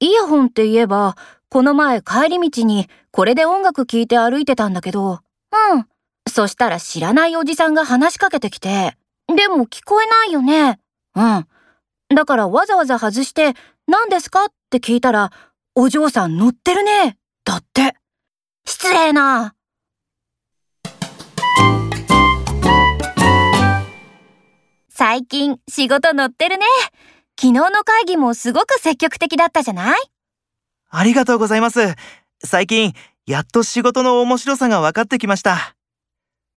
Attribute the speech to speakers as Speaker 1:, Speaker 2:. Speaker 1: イヤホンって言えば、この前帰り道にこれで音楽聴いて歩いてたんだけど、うん。そしたら知らないおじさんが話しかけてきて、でも聞こえないよね。うん。だからわざわざ外して、何ですかって聞いたら、お嬢さん乗ってるね。だって。失礼な。最近仕事乗ってるね。昨日の会議もすごく積極的だったじゃない
Speaker 2: ありがとうございます。最近、やっと仕事の面白さが分かってきました。